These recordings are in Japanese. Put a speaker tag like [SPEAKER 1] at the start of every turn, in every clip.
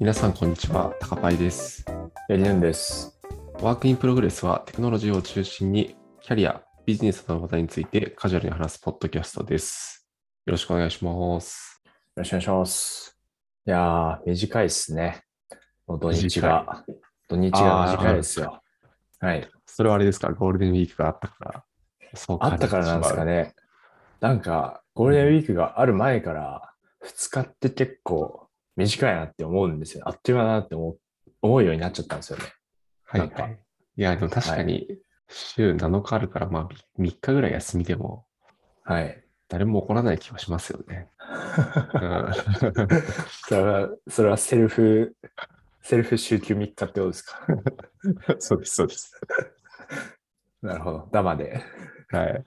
[SPEAKER 1] 皆さんこんにちは、タカパイです。
[SPEAKER 2] やりぬんです。
[SPEAKER 1] ワークインプログレスはテクノロジーを中心にキャリア、ビジネスなどの話題についてカジュアルに話すポッドキャストです。よろしくお願いします。
[SPEAKER 2] よろしくお願いします。いやー、短いですね。もう土日が、土日が短いですよ。はい。
[SPEAKER 1] それはあれですか、ゴールデンウィークがあったから。そう
[SPEAKER 2] あったからなんですか
[SPEAKER 1] ね。
[SPEAKER 2] ね。なんか、ゴールデンウィークがある前から、2日って結構短いなって思うんですよ。あっという間だなって思う思うようになっちゃったんですよね。
[SPEAKER 1] はい、は
[SPEAKER 2] なんか
[SPEAKER 1] い。いや、でも確かに週7日あるから、まあ3日ぐらい休みでも
[SPEAKER 2] はい。
[SPEAKER 1] 誰も怒らない気はしますよね。うん
[SPEAKER 2] それは、それはセルフ、セルフ週休3日ってことですか。
[SPEAKER 1] そうです、そうです。
[SPEAKER 2] なるほど。ダマで。
[SPEAKER 1] はい。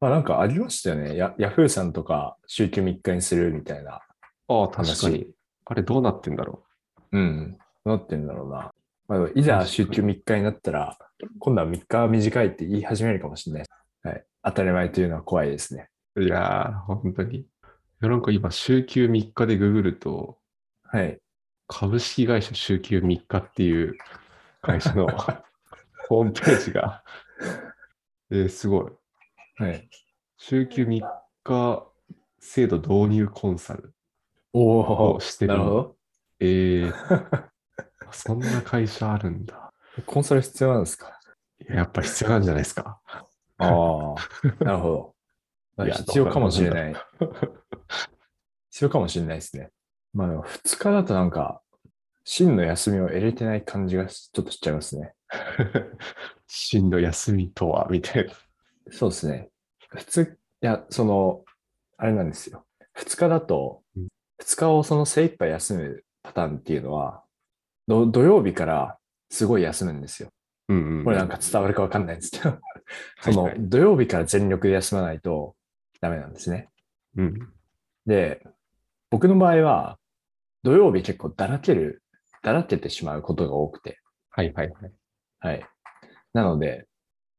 [SPEAKER 2] まあなんかありましたよね。ヤヤフーさんとか週休3日にするみたいな
[SPEAKER 1] ああ、確かに。
[SPEAKER 2] 話。
[SPEAKER 1] あれどうなってんだろ
[SPEAKER 2] うん。どうなってんだろうな。まあでも、いざ週休3日になったら、今度は3日は短いって言い始めるかもしれない。はい。当たり前というのは怖いですね。
[SPEAKER 1] う。いやー、本当に。なんか今、週休3日でググると、
[SPEAKER 2] はい。
[SPEAKER 1] 株式会社週休3日っていう会社 のホームページが、えーすごい。
[SPEAKER 2] はい。
[SPEAKER 1] 週休3日制度導入コンサル
[SPEAKER 2] お
[SPEAKER 1] を
[SPEAKER 2] お、
[SPEAKER 1] してる。
[SPEAKER 2] なるほど。
[SPEAKER 1] えーそんな会社あるんだ。
[SPEAKER 2] コンサル必要なんですか
[SPEAKER 1] いややっぱ必要なんじゃないですか。
[SPEAKER 2] あ あ、なるほど。
[SPEAKER 1] いや
[SPEAKER 2] 必要かもしれない。必要かもしれないですね。まあでも2日だとなんか、真の休みを得れてない感じがちょっとしちゃいますね。
[SPEAKER 1] 真の休みとは、みたいな。
[SPEAKER 2] そうですね。普通、いや、その、あれなんですよ。2日だと
[SPEAKER 1] うん、
[SPEAKER 2] 2日をその精一杯休むパターンっていうのは、ど土曜日からすごい休むんですよ。
[SPEAKER 1] うんうん。
[SPEAKER 2] これなんか伝わるかわかんないんですけど、そ
[SPEAKER 1] はい
[SPEAKER 2] の
[SPEAKER 1] はい、
[SPEAKER 2] 土曜日から全力で休まないとダメなんですね。
[SPEAKER 1] うん。
[SPEAKER 2] で、僕の場合は、土曜日結構だらける、だらけてしまうことが多くて、
[SPEAKER 1] はいはいはい。
[SPEAKER 2] はい。なので、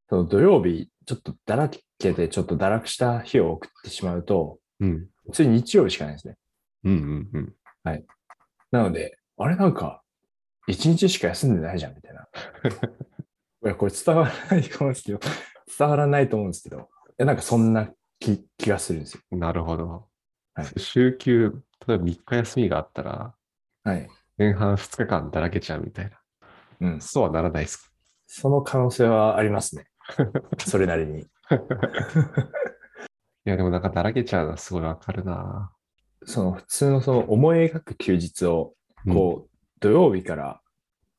[SPEAKER 2] その土曜日、ちょっとだらけて、ちょっと堕落した日を送ってしまうと、
[SPEAKER 1] うん。
[SPEAKER 2] 普通に日曜日しかないですね。
[SPEAKER 1] うんうんうん。
[SPEAKER 2] なので、あれなんか、一日しか休んでないじゃん、みたいな。いや、これ伝わらないと思うんですけど、伝わらないと思うんですけど、いや、なんかそんな気気がするんですよ。
[SPEAKER 1] なるほど。
[SPEAKER 2] はい
[SPEAKER 1] 週休、例えば3日休みがあったら、
[SPEAKER 2] はい。
[SPEAKER 1] 前半2日間だらけちゃうみたいな。
[SPEAKER 2] うん。
[SPEAKER 1] そうはならないですか。
[SPEAKER 2] その可能性はありますね。それなりに。
[SPEAKER 1] いや、でもなんかだらけちゃうのはすごいわかるな。
[SPEAKER 2] その普通のその思い描く休日を、
[SPEAKER 1] うん
[SPEAKER 2] こう、土曜日から、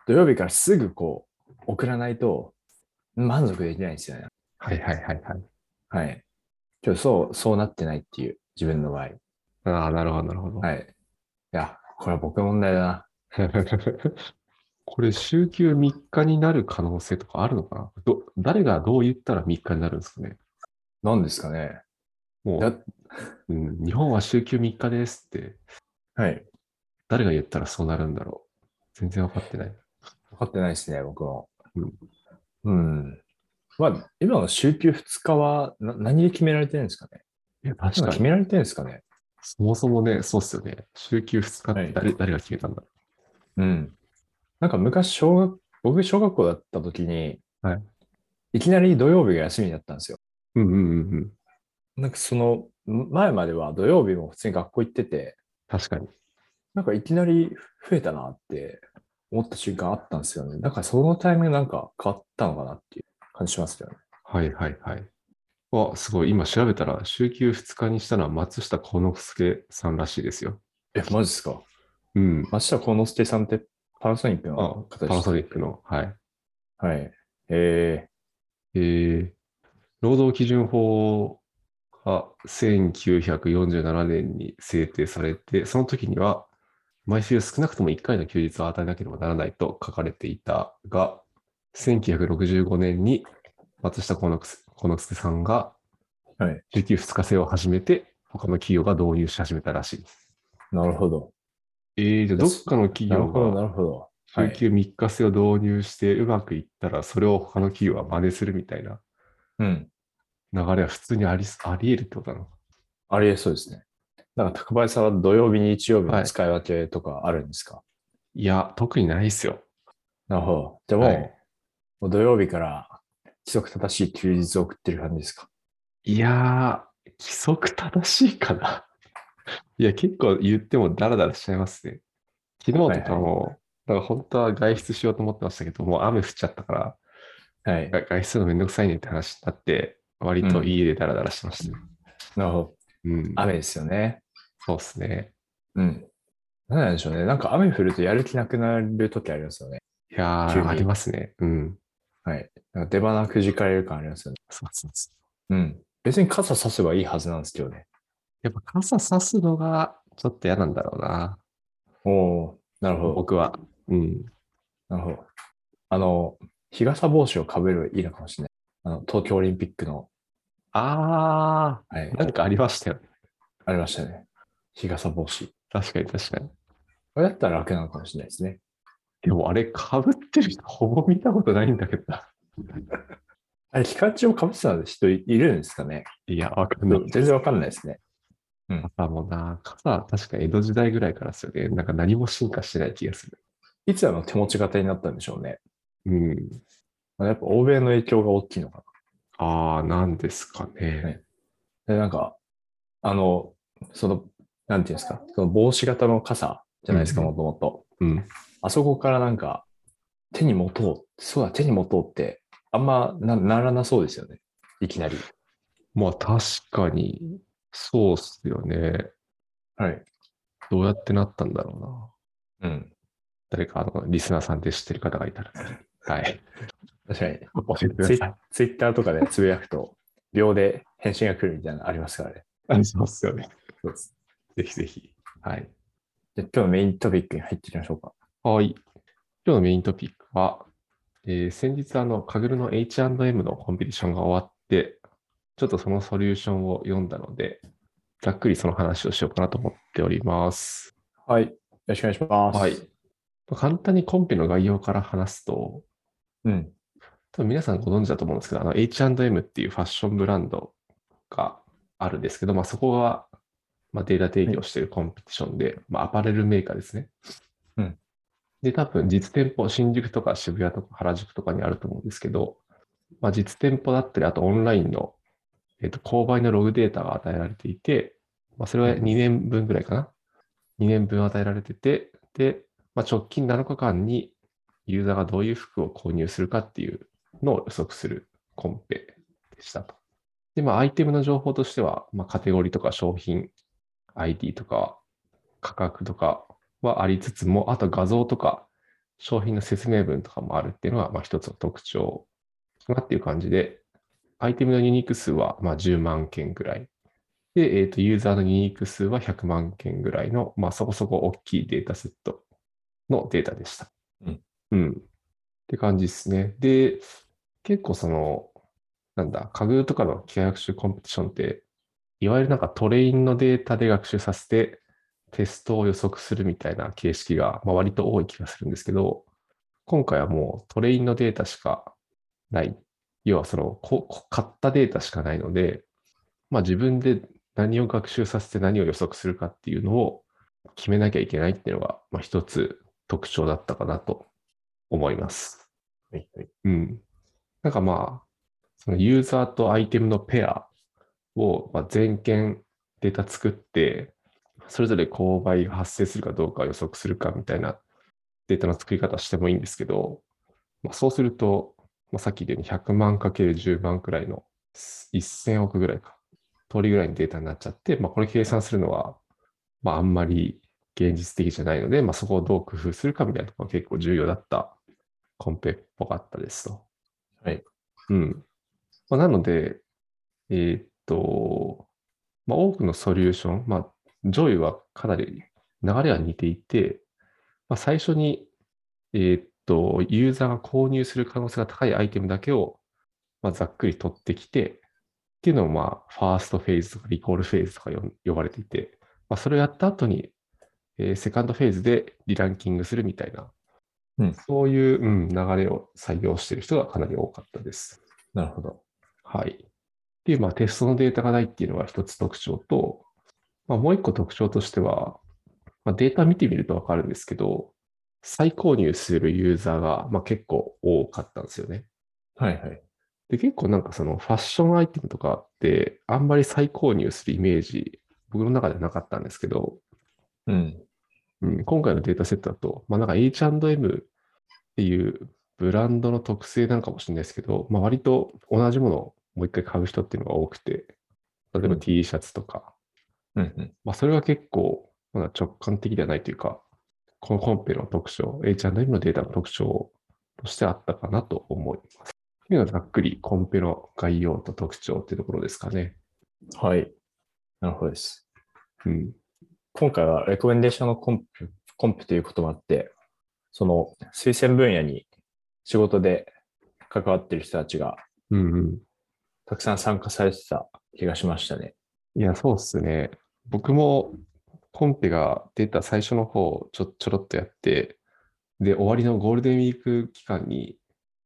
[SPEAKER 2] 土曜日からすぐこう、送らないと満足できないんですよね。
[SPEAKER 1] はいはいはいはい。
[SPEAKER 2] はい。今日そう、そうなってないっていう、自分の場合。
[SPEAKER 1] ああ、なるほど、なるほど。
[SPEAKER 2] はい。いや、これは僕の問題だな。
[SPEAKER 1] これ、週休3日になる可能性とかあるのかなど誰がどう言ったら3日になるんですかね
[SPEAKER 2] 何ですかね。
[SPEAKER 1] も
[SPEAKER 2] だ
[SPEAKER 1] う、うん、日本は週休3日ですって、
[SPEAKER 2] はい。
[SPEAKER 1] 誰が言ったらそうなるんだろう全然わかってない。
[SPEAKER 2] 分かってないですね、僕も。
[SPEAKER 1] うん
[SPEAKER 2] うん。まあ、今の週休2日はな何で決められてるんですかね。
[SPEAKER 1] いや、
[SPEAKER 2] なん
[SPEAKER 1] 確
[SPEAKER 2] か
[SPEAKER 1] か
[SPEAKER 2] 決
[SPEAKER 1] に。
[SPEAKER 2] められてるんですかね。
[SPEAKER 1] そもそもね、そうっすよね。週休2日って誰,、誰が決めたんだろ
[SPEAKER 2] うん。なんか昔、小学、僕、小学校だった時に、
[SPEAKER 1] はい。
[SPEAKER 2] いきなり土曜日が休みだったんですよ。
[SPEAKER 1] ううんうんうんうん。
[SPEAKER 2] なんかそのん前までは土曜日も普通に学校行ってて、
[SPEAKER 1] 確かに。
[SPEAKER 2] なんかいきなり増えたなって思った瞬間あったんですよね。だからそのタイミングなんか変わったのかなっていう感じしますよね。
[SPEAKER 1] はいはいはい。わ、すごい。今調べたら、週休2日にしたのは松下幸之助さんらしいですよ。
[SPEAKER 2] え、マジですか
[SPEAKER 1] うん。
[SPEAKER 2] 松下幸之助さんってパナソニック
[SPEAKER 1] あ
[SPEAKER 2] の、方
[SPEAKER 1] パ
[SPEAKER 2] でした
[SPEAKER 1] ナソニックの。はい。
[SPEAKER 2] はい。え
[SPEAKER 1] えー、労働基準法が1947年に制定されて、その時には、毎週少なくとも1回の休日を与えなければならないと書かれていたが、1965年に松下幸之助幸之助さんが、
[SPEAKER 2] はい
[SPEAKER 1] 週休2日制を始めて、他の企業が導入し始めたらしいです。
[SPEAKER 2] ー、なるほど。
[SPEAKER 1] えー、じゃあどっかの企
[SPEAKER 2] なる
[SPEAKER 1] 業
[SPEAKER 2] ほど、な
[SPEAKER 1] が
[SPEAKER 2] るほど。は
[SPEAKER 1] 週
[SPEAKER 2] い。
[SPEAKER 1] 休3日制を導入してうまくいったら、それを他の企業は真似するみたいな
[SPEAKER 2] うん。
[SPEAKER 1] 流れは普通にありあり得るってことなの
[SPEAKER 2] ありえそうですね。だから、高林さんは土曜日、日曜日の使い分けとかあるんですか、
[SPEAKER 1] いや、特にないですよ。
[SPEAKER 2] なるほど。じゃあもう、
[SPEAKER 1] はい
[SPEAKER 2] もう土曜日から規則正しい休日を送ってる感じですか。
[SPEAKER 1] いやー、規則正しいかな。 いや、結構言ってもダラダラしちゃいますね。昨日とかも、なんか本当は外出しようと思ってましたけど、もう雨降っちゃったから、
[SPEAKER 2] はい。
[SPEAKER 1] が外出するのめんどくさいねって話になって、割と家でダラダラしてましたね。
[SPEAKER 2] なるほど。
[SPEAKER 1] うん。
[SPEAKER 2] 雨ですよね。
[SPEAKER 1] そうですね。
[SPEAKER 2] うん。なんなんでしょうね。なんか雨降るとやる気なくなる時ありますよね。
[SPEAKER 1] いや
[SPEAKER 2] 急
[SPEAKER 1] ー、
[SPEAKER 2] に
[SPEAKER 1] ありますね。うん。
[SPEAKER 2] はい。なんか出花くじかれる感ありますよね。
[SPEAKER 1] そうそうそう。
[SPEAKER 2] うん。別に傘させばいいはずなんですけどね。
[SPEAKER 1] やっぱ傘さすのがちょっと嫌なんだろうな。
[SPEAKER 2] おおなるほど。
[SPEAKER 1] 僕は。うん。
[SPEAKER 2] なるほど。あの、日傘帽子をかぶればいいのかもしれない。あの、東京オリンピックの、
[SPEAKER 1] あ
[SPEAKER 2] はい
[SPEAKER 1] ー、、なんかありましたよね。
[SPEAKER 2] ありましたね。日傘帽子。
[SPEAKER 1] 確かに確かに。
[SPEAKER 2] これだったら楽なのかもしれないですね。
[SPEAKER 1] でもあれ、かぶってる人ほぼ見たことないんだけどな。
[SPEAKER 2] あれ、期間中をかぶってた人いるんですかね
[SPEAKER 1] いや、わかんない
[SPEAKER 2] 全。然わかんないですね。
[SPEAKER 1] 傘もな、傘は確か江戸時代ぐらいからですよね。なんか何も進化してない気がする。
[SPEAKER 2] いつあの手持ち型になったんでしょうね。
[SPEAKER 1] うん。
[SPEAKER 2] やっぱ欧米の影響が大きいのか
[SPEAKER 1] ああ、なんですかね。
[SPEAKER 2] はいな。で、なんか、あの、その、なんていうんですか、その帽子型の傘じゃないですか、
[SPEAKER 1] うんう
[SPEAKER 2] もともと。
[SPEAKER 1] うん。
[SPEAKER 2] あそこからなんか、手に持とう、そうだ、手に持とうって、あんまなならなそうですよね。いきなり。
[SPEAKER 1] まあ確かに、そうっすよね。
[SPEAKER 2] はい。
[SPEAKER 1] どうやってなったんだろうな。
[SPEAKER 2] うん。
[SPEAKER 1] 誰か、あの、リスナーさんで知ってる方がい たら。はい。
[SPEAKER 2] 確かに。
[SPEAKER 1] 教えてく
[SPEAKER 2] ツ
[SPEAKER 1] だ
[SPEAKER 2] イ
[SPEAKER 1] さい。
[SPEAKER 2] ツイッターとかでつぶやくと、秒で返信が来るみたいなのありますからね。
[SPEAKER 1] あ そうっすよね。
[SPEAKER 2] そうです。
[SPEAKER 1] ぜひぜひ。はい。
[SPEAKER 2] じゃあ今日のメイントピックに入っていきましょうか。
[SPEAKER 1] はい。今日のメイントピックは、えー先日、あの、カグルの H&M のコンペティションが終わって、ちょっとそのソリューションを読んだので、ざっくりその話をしようかなと思っております。
[SPEAKER 2] はい。よろしくお願いします。
[SPEAKER 1] はい。簡単にコンペの概要から話すと、
[SPEAKER 2] うん。
[SPEAKER 1] 多分皆さんご存知だと思うんですけど、あの H&M っていうファッションブランドがあるんですけど、まあ、そこが、まあ、データ提供しているコンペティションで、まあ、アパレルメーカーですね。
[SPEAKER 2] うん
[SPEAKER 1] で、多分実店舗、新宿とか渋谷とか原宿とかにあると思うんですけど、まあ、実店舗だったり、あとオンラインの、えっと購買のログデータが与えられていて、まあ、それは2年分ぐらいかな。2年分与えられてて、で、まあ、直近7日間にユーザーがどういう服を購入するかっていうのを予測するコンペでしたと。で、まあ、アイテムの情報としては、まあ、カテゴリーとか商品、ID とか、価格とかはありつつも、あと画像とか、商品の説明文とかもあるっていうのが、まあ、一つの特徴かなっていう感じで、アイテムのユニーク数は、まあ、10万件ぐらい。で、えっ、と、ユーザーのユニーク数は100万件ぐらいの、まあ、そこそこ大きいデータセットのデータでした。
[SPEAKER 2] うん。
[SPEAKER 1] うん。って感じですね。で、結構その、なんだ、家具とかの機械学習コンペティションって、いわゆるなんかトレインのデータで学習させて、テストを予測するみたいな形式が、まあ、割と多い気がするんですけど、今回はもうトレインのデータしかない。要はその、ここ買ったデータしかないので、まあ自分で何を学習させて何を予測するかっていうのを決めなきゃいけないっていうのが、まあ一つ特徴だったかなと思います。
[SPEAKER 2] はい。はい
[SPEAKER 1] うん。なんかまあ、そのユーザーとアイテムのペアを、まあ、全件データ作って、それぞれ購買が発生するかどうかを予測するかみたいなデータの作り方してもいいんですけど、まあ、そうすると、まあ、さっき言ったように100万 ×10 万くらいの1000億ぐらいか、通りぐらいのデータになっちゃって、まあ、これ計算するのは、まあ、あんまり現実的じゃないので、まあ、そこをどう工夫するかみたいなところが結構重要だったコンペっぽかったですと。
[SPEAKER 2] はい。
[SPEAKER 1] うん。まあ、なので、えーっと、まあ、多くのソリューション、まあ、上位はかなり流れは似ていて、まあ、最初に、えーっと、ユーザーが購入する可能性が高いアイテムだけを、まあ、ざっくり取ってきて、っていうのを、まあ、ファーストフェーズとかリコールフェーズとか呼呼ばれていて、まあ、それをやった後に、えーセカンドフェーズでリランキングするみたいなそういう、うん、流れを採用している人がかなり多かったです。
[SPEAKER 2] なるほど。
[SPEAKER 1] はい。っていう、まあ、テストのデータがないっていうのが一つ特徴と、まあ、もう一個特徴としては、まあ、データ見てみるとわかるんですけど、再購入するユーザーが、まあ、結構多かったんですよね。
[SPEAKER 2] はいはい。
[SPEAKER 1] で、結構なんかそのファッションアイテムとかって、あんまり再購入するイメージ、僕の中ではなかったんですけど、
[SPEAKER 2] うん。
[SPEAKER 1] うん、今回のデータセットだと、まあ、なんか H&M っていうブランドの特性なのかもしれないですけど、まあ、割と同じものをもう一回買う人っていうのが多くて、例え
[SPEAKER 2] う
[SPEAKER 1] ば
[SPEAKER 2] ん
[SPEAKER 1] T シャツとか、
[SPEAKER 2] うんうん。
[SPEAKER 1] まあ、それは結構まだ直感的ではないというか、このコンペの特徴、H&M のデータの特徴としてあったかなと思います。というのがざっくりコンペの概要と特徴っていうところですかね。
[SPEAKER 2] はい。なるほどです。
[SPEAKER 1] うん。
[SPEAKER 2] 今回はレコメンデーションのコンプ、コンプということもあって、その推薦分野に仕事で関わってる人たちが
[SPEAKER 1] うんうん。
[SPEAKER 2] たくさん参加されてた気がしましたね。
[SPEAKER 1] いや、そうっすね。僕もコンペが出た最初の方、ちょ、ちょろっとやって、で、終わりのゴールデンウィーク期間に、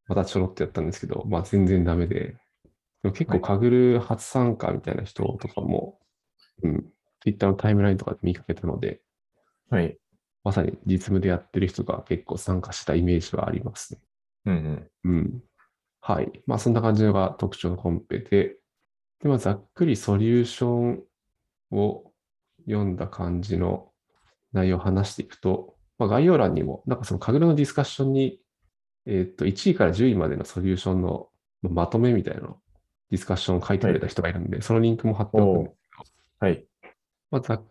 [SPEAKER 1] またちょろっとやったんですけど、まあ全然ダメで、でも結構、
[SPEAKER 2] はい
[SPEAKER 1] かぐる初参加みたいな人とかも、うん、Twitter のタイムラインとかで見かけたので、
[SPEAKER 2] はい。
[SPEAKER 1] まさに実務でやってる人が結構参加したイメージはありますね。
[SPEAKER 2] うんうん。
[SPEAKER 1] うん。はい。まあ、そんな感じのが特徴のコンペで、で、まあ、ざっくりソリューションを読んだ感じの内容を話していくと、まあ、概要欄にも、なんかそのカグルのディスカッションに、えーっと、1位から10位までのソリューションのまあまとめみたいなのをディスカッションを書いてくれた人がいるんで、そのリンクも貼っておくんで
[SPEAKER 2] おうはい。
[SPEAKER 1] まあ、ざっ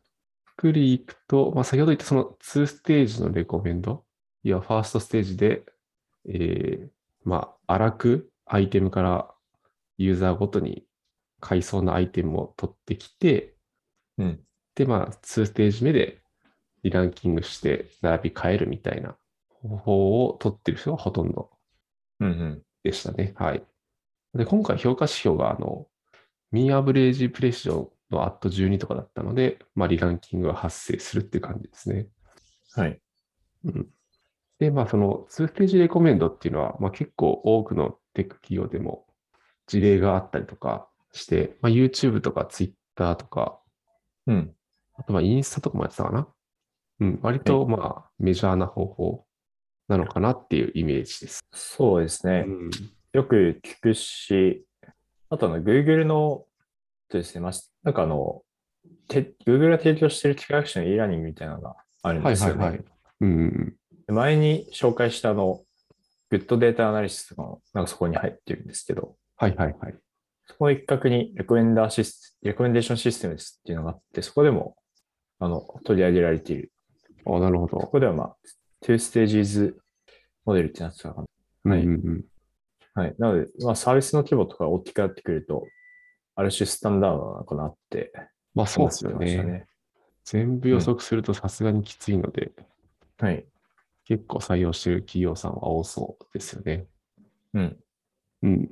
[SPEAKER 1] くりいくと、まあ、先ほど言ったその2ステージのレコメンド、いや、ファーストステージで、えーまあ、荒くアイテムからユーザーごとに買いそうなアイテムを取ってきて、
[SPEAKER 2] うん。
[SPEAKER 1] で、まあ、2ステージ目でリランキングして並び替えるみたいな方法を取ってる人がほとんど
[SPEAKER 2] うんうん。
[SPEAKER 1] でしたね。はい。で、今回評価指標が、あの、ミンアブレージプレッションのアット12とかだったので、まあ、リランキングが発生するっていう感じですね。
[SPEAKER 2] はい。
[SPEAKER 1] うん。で、まあ、その2ステージレコメンドっていうのは、まあ、結構多くのテック企業でも事例があったりとかして、まあ、YouTube とか Twitter とか、
[SPEAKER 2] うん。
[SPEAKER 1] あとはインスタとかもやってたかな。うん、割と、まあ、メジャーな方法なのかなっていうイメージです。
[SPEAKER 2] そうですね。
[SPEAKER 1] ん。
[SPEAKER 2] よく聞くし、あとあの、Google の、とですね、まあ、なんかあの、て Google が提供している企画書の e ラーニングみたいなのがあるん
[SPEAKER 1] はい
[SPEAKER 2] です
[SPEAKER 1] は
[SPEAKER 2] よ
[SPEAKER 1] い
[SPEAKER 2] ね。
[SPEAKER 1] はい。うん。
[SPEAKER 2] 前に紹介したあの、Good Data Analysis とかも、なんかそこに入ってるんですけど、
[SPEAKER 1] はいはいはい。
[SPEAKER 2] そこの一角にレコメンダーシスレコメンデーションシステムですっていうのがあって、そこでも、あの、取り上げられている。
[SPEAKER 1] あ、なるほど。
[SPEAKER 2] ここではまあ、2 stages モデルってなってたかな。はい
[SPEAKER 1] うんうん
[SPEAKER 2] はい。なので、まあ、サービスの規模とか大きくなってくると、ある種スタンダードなのかなって
[SPEAKER 1] まあそう
[SPEAKER 2] 思
[SPEAKER 1] で
[SPEAKER 2] っ
[SPEAKER 1] す
[SPEAKER 2] て
[SPEAKER 1] よ
[SPEAKER 2] ました
[SPEAKER 1] ね。
[SPEAKER 2] ね。
[SPEAKER 1] 全部予測するとさすがにきついので、
[SPEAKER 2] はい。
[SPEAKER 1] 結構採用してる企業さんは多そうですよね。
[SPEAKER 2] うん。
[SPEAKER 1] うん。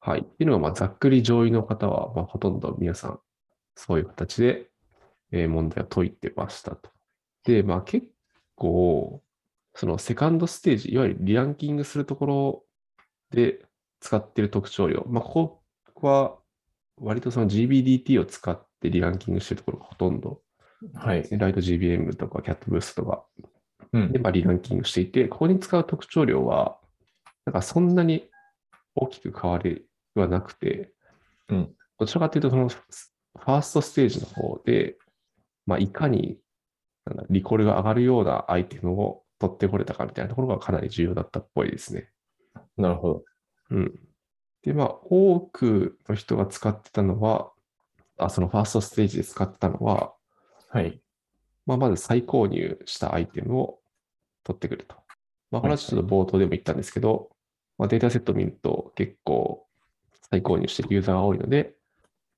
[SPEAKER 1] はい。っていうのが、まあ、ざっくり上位の方は、まあ、ほとんど皆さん、そういう形で、えー問題を解いてましたと。で、まあ、結構、そのセカンドステージ、いわゆるリランキングするところで使ってる特徴量、まあ、ここは、割とその GBDT を使ってリランキングしてるところがほとんど
[SPEAKER 2] はい。
[SPEAKER 1] ライト GBM とかキャットブーストとか
[SPEAKER 2] うん
[SPEAKER 1] で、。まあ、リランキングしていて、ここに使う特徴量は、なんかそんなに大きく変わりはなくて、
[SPEAKER 2] うん
[SPEAKER 1] どちらかというと、そのファーストステージの方で、まあ、いかになんだリコールが上がるようなアイテムを取ってこれたかみたいなところがかなり重要だったっぽいですね。
[SPEAKER 2] なるほど。
[SPEAKER 1] うん。で、まあ、多くの人が使ってたのは、あそのファーストステージで使ってたのは、
[SPEAKER 2] はい。
[SPEAKER 1] まあ、まず再購入したアイテムを取ってくると。まあ、これはちょっ
[SPEAKER 2] は
[SPEAKER 1] と冒頭でも言ったんですけど、まあ、データセットを見ると結構再購入してるユーザーが多いので、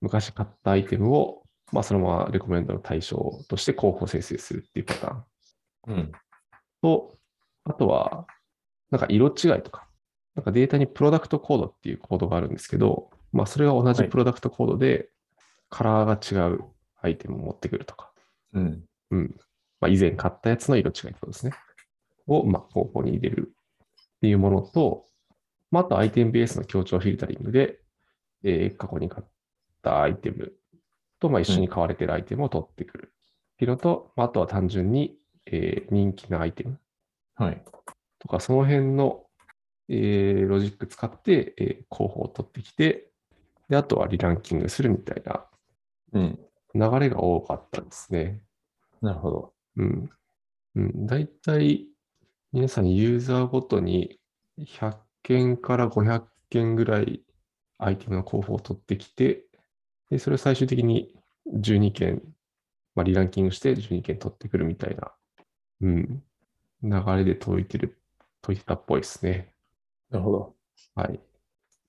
[SPEAKER 1] 昔買ったアイテムを、まあ、そのままレコメンドの対象として候補生成するっていうパターン
[SPEAKER 2] うん。
[SPEAKER 1] と、あとは、なんか色違いとか、なんかデータにプロダクトコードっていうコードがあるんですけど、まあ、それが同じ
[SPEAKER 2] はい
[SPEAKER 1] プロダクトコードで、カラーが違うアイテムを持ってくるとか、
[SPEAKER 2] うん。
[SPEAKER 1] まあ、以前買ったやつの色違いってことですね。を、まあ、候補に入れるっていうものと、まあ、あとアイテムベースの強調フィルタリングで、えー過去に買ったアイテムと、まあ、一緒に買われてるアイテムを取ってくるっていうのと、まあ、あとは単純に、えー人気なアイテム
[SPEAKER 2] はい。
[SPEAKER 1] とか、その辺の、えーロジック使って、えー候補を取ってきて、で、あとはリランキングするみたいな
[SPEAKER 2] うん。
[SPEAKER 1] 流れが多かったですね。
[SPEAKER 2] なるほど。
[SPEAKER 1] うん。うん、大体、皆さんユーザーごとに100件から500件ぐらいアイテムの候補を取ってきて、で、それを最終的に12件、まあ、リランキングして12件取ってくるみたいな、うん、流れで解いてる、解いてたっぽいですね。
[SPEAKER 2] なるほど。
[SPEAKER 1] はい。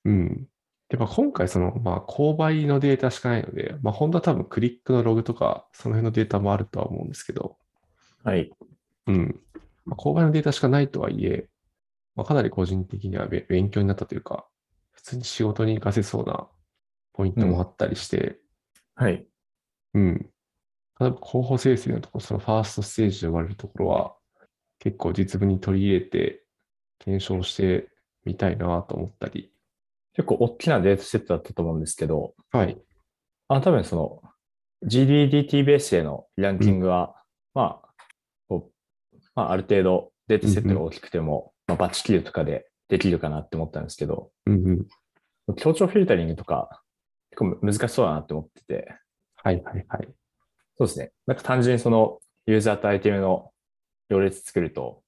[SPEAKER 1] うん。で、まあ、今回、その、まあ、購買のデータしかないので、まあ、本当は多分クリックのログとか、その辺のデータもあるとは思うんですけど、
[SPEAKER 2] はい。
[SPEAKER 1] うん。まあ、購買のデータしかないとはいえ、まあ、かなり個人的にはべ勉強になったというか、普通に仕事に活かせそうなポイントもあったりして、
[SPEAKER 2] はい。
[SPEAKER 1] うん。例えば、候補生成のところ、そのファーストステージで呼ばれるところは、結構実務に取り入れて、検証してみたいなと思ったり、
[SPEAKER 2] 結構大きなデータセットだったと思うんですけど、
[SPEAKER 1] はい。
[SPEAKER 2] あ、多分その GDDT ベースでのランキングは、まあ、こうまあ、ある程度データセットが大きくても、まあ、バッチキルとかでできるかなって思ったんですけど、
[SPEAKER 1] うんうん。
[SPEAKER 2] 強調フィルタリングとか、結構む難しそうだなって思ってて、
[SPEAKER 1] はいはいはい。
[SPEAKER 2] そうですね。なんか単純にそのユーザーとアイテムの行列作ると、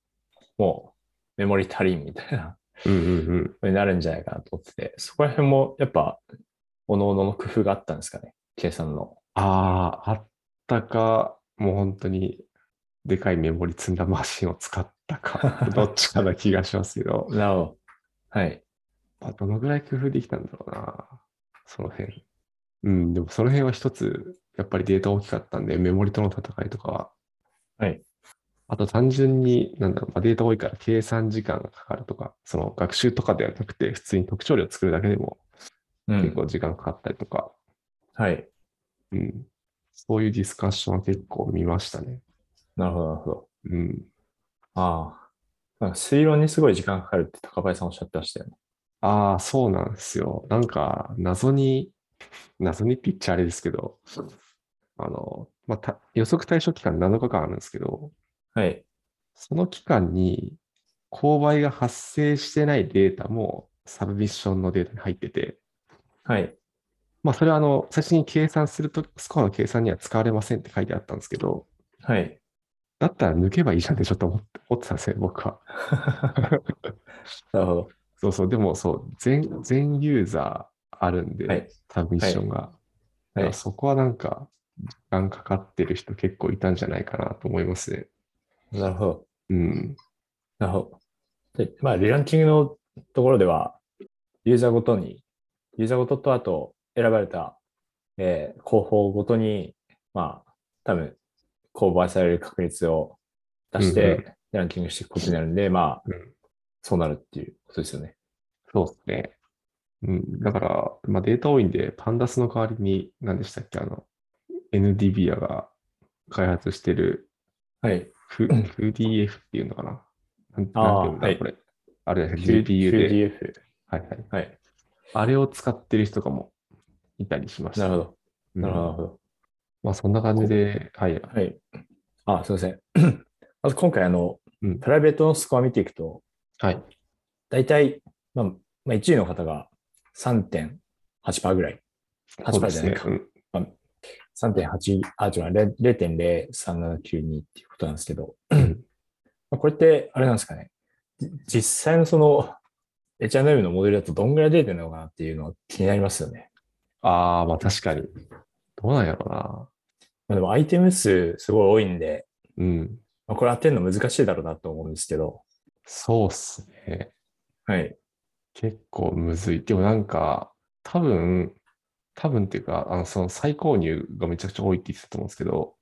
[SPEAKER 2] もうメモリ足りんみたいな
[SPEAKER 1] うんうんうん。
[SPEAKER 2] になるんじゃないかなと思ってて、そこら辺もやっぱ、おのおのの工夫があったんですかね、計算の。
[SPEAKER 1] ああ、あったか、もう本当にでかいメモリ積んだマシンを使った か、どっちかな気がしますけど、
[SPEAKER 2] なるほど。はい。
[SPEAKER 1] まあ、どのぐらい工夫できたんだろうな、その辺。うん、でもその辺は一つ、やっぱりデータ大きかったんで、メモリとの戦いとかは。
[SPEAKER 2] はい。
[SPEAKER 1] あと単純に、なんだろう、まあ、データ多いから計算時間がかかるとか、その学習とかではなくて、普通に特徴量作るだけでも
[SPEAKER 2] うん
[SPEAKER 1] 結構時間かかったりとか、
[SPEAKER 2] はい。
[SPEAKER 1] うん。そういうディスカッションは結構見ましたね。
[SPEAKER 2] なるほど、なるほど。
[SPEAKER 1] うん。
[SPEAKER 2] ああ。なんか推論にすごい時間かかるって高林さんおっしゃってましたよね。
[SPEAKER 1] ああ、そうなんですよ。なんか、謎に、謎にピッチャーあれですけど、あの、まあ、た予測対象期間7日間あるんですけど、
[SPEAKER 2] はい。
[SPEAKER 1] その期間に、勾配が発生してないデータも、サブミッションのデータに入ってて、
[SPEAKER 2] はい。
[SPEAKER 1] まあ、それは、あの、最初に計算すると、スコアの計算には使われませんって書いてあったんですけど、
[SPEAKER 2] はい。
[SPEAKER 1] だったら抜けばいいじゃんってちょっと思って思ってたんですよね、僕は。
[SPEAKER 2] なるほど。
[SPEAKER 1] そうそう、でもそう、全、全ユーザーあるんで、
[SPEAKER 2] はい
[SPEAKER 1] サブミッションが。だか
[SPEAKER 2] は
[SPEAKER 1] ら
[SPEAKER 2] い。
[SPEAKER 1] そこはなんか、時間かかってる人結構いたんじゃないかなと思いますね。
[SPEAKER 2] なるほど。
[SPEAKER 1] うん。
[SPEAKER 2] なるほど。で、まあ、リランキングのところでは、ユーザーごとに、ユーザーごとと、あと、選ばれた、えー候補ごとに、まあ、多分、購買される確率を出し
[SPEAKER 1] うん
[SPEAKER 2] て、ランキングしていくことになるんで、まあ
[SPEAKER 1] うん、
[SPEAKER 2] そうなるっていうことですよね。
[SPEAKER 1] そうですね。うん、だから、まあ、データ多いんで、パンダスの代わりに、何でしたっけ、あの、NDVIA が開発してる
[SPEAKER 2] はい。
[SPEAKER 1] Q- QDF っていうのかな。なん
[SPEAKER 2] あ
[SPEAKER 1] なんてい
[SPEAKER 2] ー
[SPEAKER 1] うんだ、
[SPEAKER 2] はい
[SPEAKER 1] これ。あれだよね、
[SPEAKER 2] Q-
[SPEAKER 1] GPU で。
[SPEAKER 2] QDF。
[SPEAKER 1] はいはい。
[SPEAKER 2] はい。
[SPEAKER 1] あれを使ってる人とかもいたりしまし
[SPEAKER 2] な
[SPEAKER 1] た。
[SPEAKER 2] るほど。
[SPEAKER 1] うん
[SPEAKER 2] なるほどなるほど。
[SPEAKER 1] まあ、そんな感じで、はい。
[SPEAKER 2] はい。あ、すいません。 まず今回、あの
[SPEAKER 1] うん、
[SPEAKER 2] プライベートのスコア見ていくと、
[SPEAKER 1] はい。
[SPEAKER 2] 大体、まあ、まあ、1位の方が3.8%ぐらい。
[SPEAKER 1] そう
[SPEAKER 2] 8%
[SPEAKER 1] で
[SPEAKER 2] じゃ
[SPEAKER 1] す
[SPEAKER 2] ない
[SPEAKER 1] ね。
[SPEAKER 2] か。
[SPEAKER 1] うん
[SPEAKER 2] 3.8、あ、違う、0.03792っていうことなんですけど、
[SPEAKER 1] ん
[SPEAKER 2] まあこれって、あれなんですかね。じ実際のその、H&M のモデルだとどんぐらい出てるのかなっていうのは気になりますよね。
[SPEAKER 1] ああ、まあ確かに。どうなんやろうな。
[SPEAKER 2] まあ、でもアイテム数すごい多いんで、
[SPEAKER 1] うん。
[SPEAKER 2] まあ、これ当てるの難しいだろうなと思うんですけど、
[SPEAKER 1] そうっすね。
[SPEAKER 2] はい。
[SPEAKER 1] 結構むずい。でもなんか、多分、多分っていうか、あの、その再購入がめちゃくちゃ多いって言ってたと思うんですけど、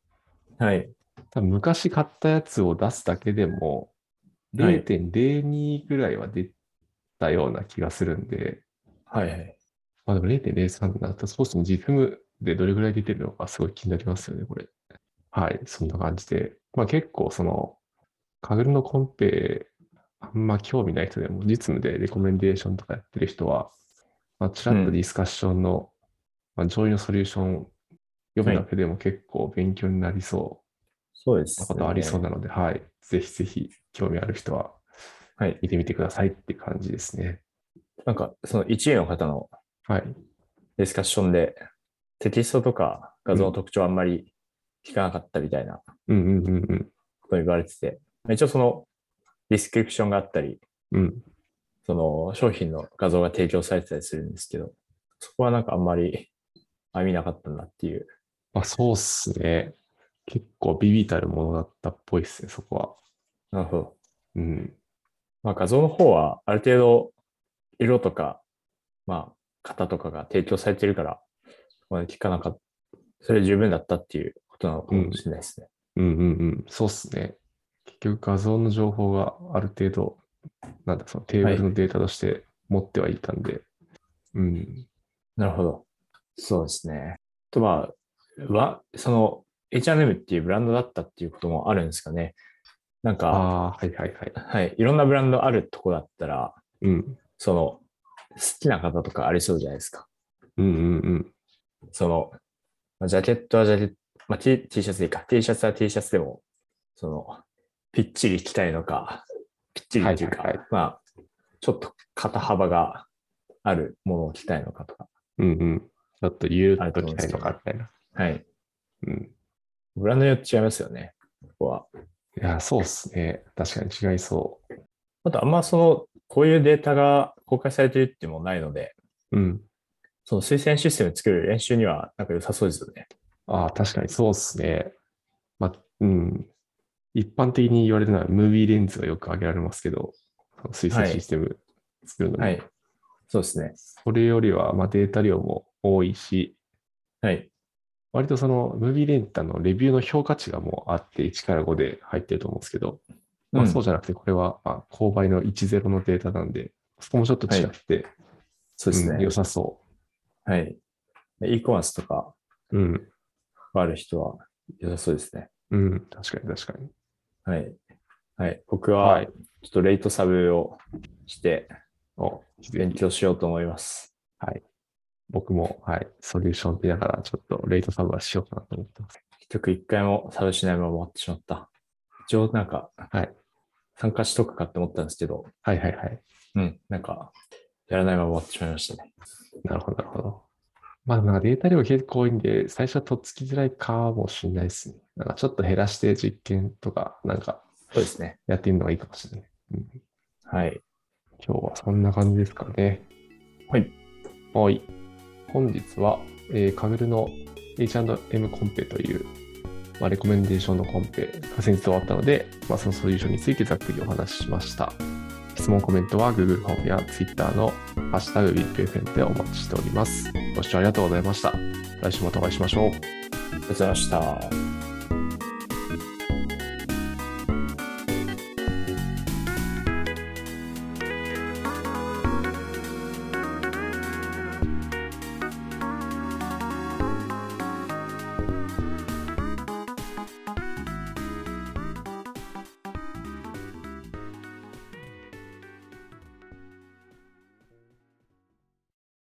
[SPEAKER 2] はい。
[SPEAKER 1] 多分昔買ったやつを出すだけでも、
[SPEAKER 2] はい
[SPEAKER 1] 0.02ぐらいは出たような気がするんで、
[SPEAKER 2] はいはい。
[SPEAKER 1] まあでも0.03になると、そうっすね、実務でどれぐらい出てるのかすごい気になりますよね、これ。はい、そんな感じで。まあ結構その、カグルのコンペ、あんま興味ない人でも、実務でレコメンデーションとかやってる人は、まあちらっ
[SPEAKER 2] う
[SPEAKER 1] と
[SPEAKER 2] ん
[SPEAKER 1] ディスカッションの、まあ上位のソリューション読むだけでも結構勉強になりそ
[SPEAKER 2] そうですね、
[SPEAKER 1] ことありそうなので、はい。ぜひぜひ、興味ある人は、
[SPEAKER 2] はい。
[SPEAKER 1] 見てみてくださいって感じですね。
[SPEAKER 2] なんか、その1位の方の
[SPEAKER 1] はい。
[SPEAKER 2] ディスカッションで、テキストとか画像の特徴あんまり聞かなかったみたいな
[SPEAKER 1] うんうんうんうん。
[SPEAKER 2] こと言われてて、まあ一応そのディスクリプションがあったり、
[SPEAKER 1] うん。
[SPEAKER 2] その商品の画像が提供されてたりするんですけど、そこはなんかあんまり、あ、見なかったんだっていう。
[SPEAKER 1] あ、そうっすね。結構ビビたるものだったっぽいっすね、そこは。
[SPEAKER 2] なるほど。
[SPEAKER 1] うん。
[SPEAKER 2] まあ画像の方はある程度色とか、まあ型とかが提供されてるから、そこまで聞かなかった。それで十分だったっていうことなのかもしれないですね。
[SPEAKER 1] うんうんうん。そうっすね。結局画像の情報がある程度、なんだ、そのテーブルのデータとして持ってはいたんで。うん。
[SPEAKER 2] なるほど。そうですね。あとまあ、は、その H&M っていうブランドだったっていうこともあるんですかね。なんか、
[SPEAKER 1] ああー、はいはいはい。
[SPEAKER 2] はい、いろんなブランドあるとこだったら、
[SPEAKER 1] うん。
[SPEAKER 2] その、好きな方とかありそうじゃないですか。
[SPEAKER 1] うんうんうん。
[SPEAKER 2] その、まあジャケットはジャケット、まあ、T, T シャツでいいか。T シャツは T シャツでも、その、ぴっちり着たいのか、ぴっちりっていうか、
[SPEAKER 1] はいはい
[SPEAKER 2] まあ、ちょっと肩幅があるものを着たいのかとか。
[SPEAKER 1] うんうん。ちょっとゆるっときたいのかみたいな。
[SPEAKER 2] はい。
[SPEAKER 1] うん。
[SPEAKER 2] ブランドによって違いますよね。ここは。
[SPEAKER 1] いや、そうっすね。確かに違いそ
[SPEAKER 2] あと、あんまその、こういうデータが公開されてるっていうのもないので、
[SPEAKER 1] う。うん。
[SPEAKER 2] その推薦システム作る練習にはなんか良さそうですよね。
[SPEAKER 1] ああ、確かにそうっすね。まあ、うん。一般的に言われるのは、ムービーレンズがよく挙げられますけど、その推薦システム作るのに、
[SPEAKER 2] はい。そうですね。
[SPEAKER 1] それよりは、まあ、データ量も多いし、
[SPEAKER 2] はい。
[SPEAKER 1] 割とそのムービーレンズってあのレビューの評価値がもうあって1から5で入ってると思うんですけど、まあ、
[SPEAKER 2] うん
[SPEAKER 1] そうじゃなくて、これはまあ勾配の10のデータなんで、そこもちょっと違って、
[SPEAKER 2] そうです
[SPEAKER 1] うん
[SPEAKER 2] ね
[SPEAKER 1] 良。さそ
[SPEAKER 2] はい。で e コマースとか、
[SPEAKER 1] う。うん。
[SPEAKER 2] ある人は良さそうですね。
[SPEAKER 1] うん。確かに確かに。
[SPEAKER 2] はい。はい。僕
[SPEAKER 1] は
[SPEAKER 2] はいちょっとレイトサブをして
[SPEAKER 1] おぜ
[SPEAKER 2] 勉
[SPEAKER 1] ひ
[SPEAKER 2] 強しようと思います。
[SPEAKER 1] 僕も、はい、ソリューションって言いながら、ちょっとレイトサブはしようかなと思ってます。
[SPEAKER 2] 結局一回もサブしないまま終わってしまった。一応なんか、
[SPEAKER 1] はい
[SPEAKER 2] 参加しとくかって思ったんですけど、
[SPEAKER 1] はいはいはい。
[SPEAKER 2] うん、なんか、やらないまま終わってしまいましたね。
[SPEAKER 1] なるほど、なるほど。まあ、なんかデータ量結構多いんで、最初はとっつきづらいかもしれないですね。なんかちょっと減らして実験とか、なんか
[SPEAKER 2] そうですね。
[SPEAKER 1] やってみるのがいいかもしれない。
[SPEAKER 2] はい。
[SPEAKER 1] 今日はそんな感じですかね。
[SPEAKER 2] はい。
[SPEAKER 1] はい。本日は、えー、カグルの H&M コンペという、まあ、レコメンデーションのコンペが先日終わったので、まあ、そのソリューションについてざっくりお話ししました。質問、コメントは Google フォームや Twitter のハッシュタグ WIPFM でお待ちしております。ご視聴ありがとうございました。来週またお会いしましょう。
[SPEAKER 2] ありがとうございました。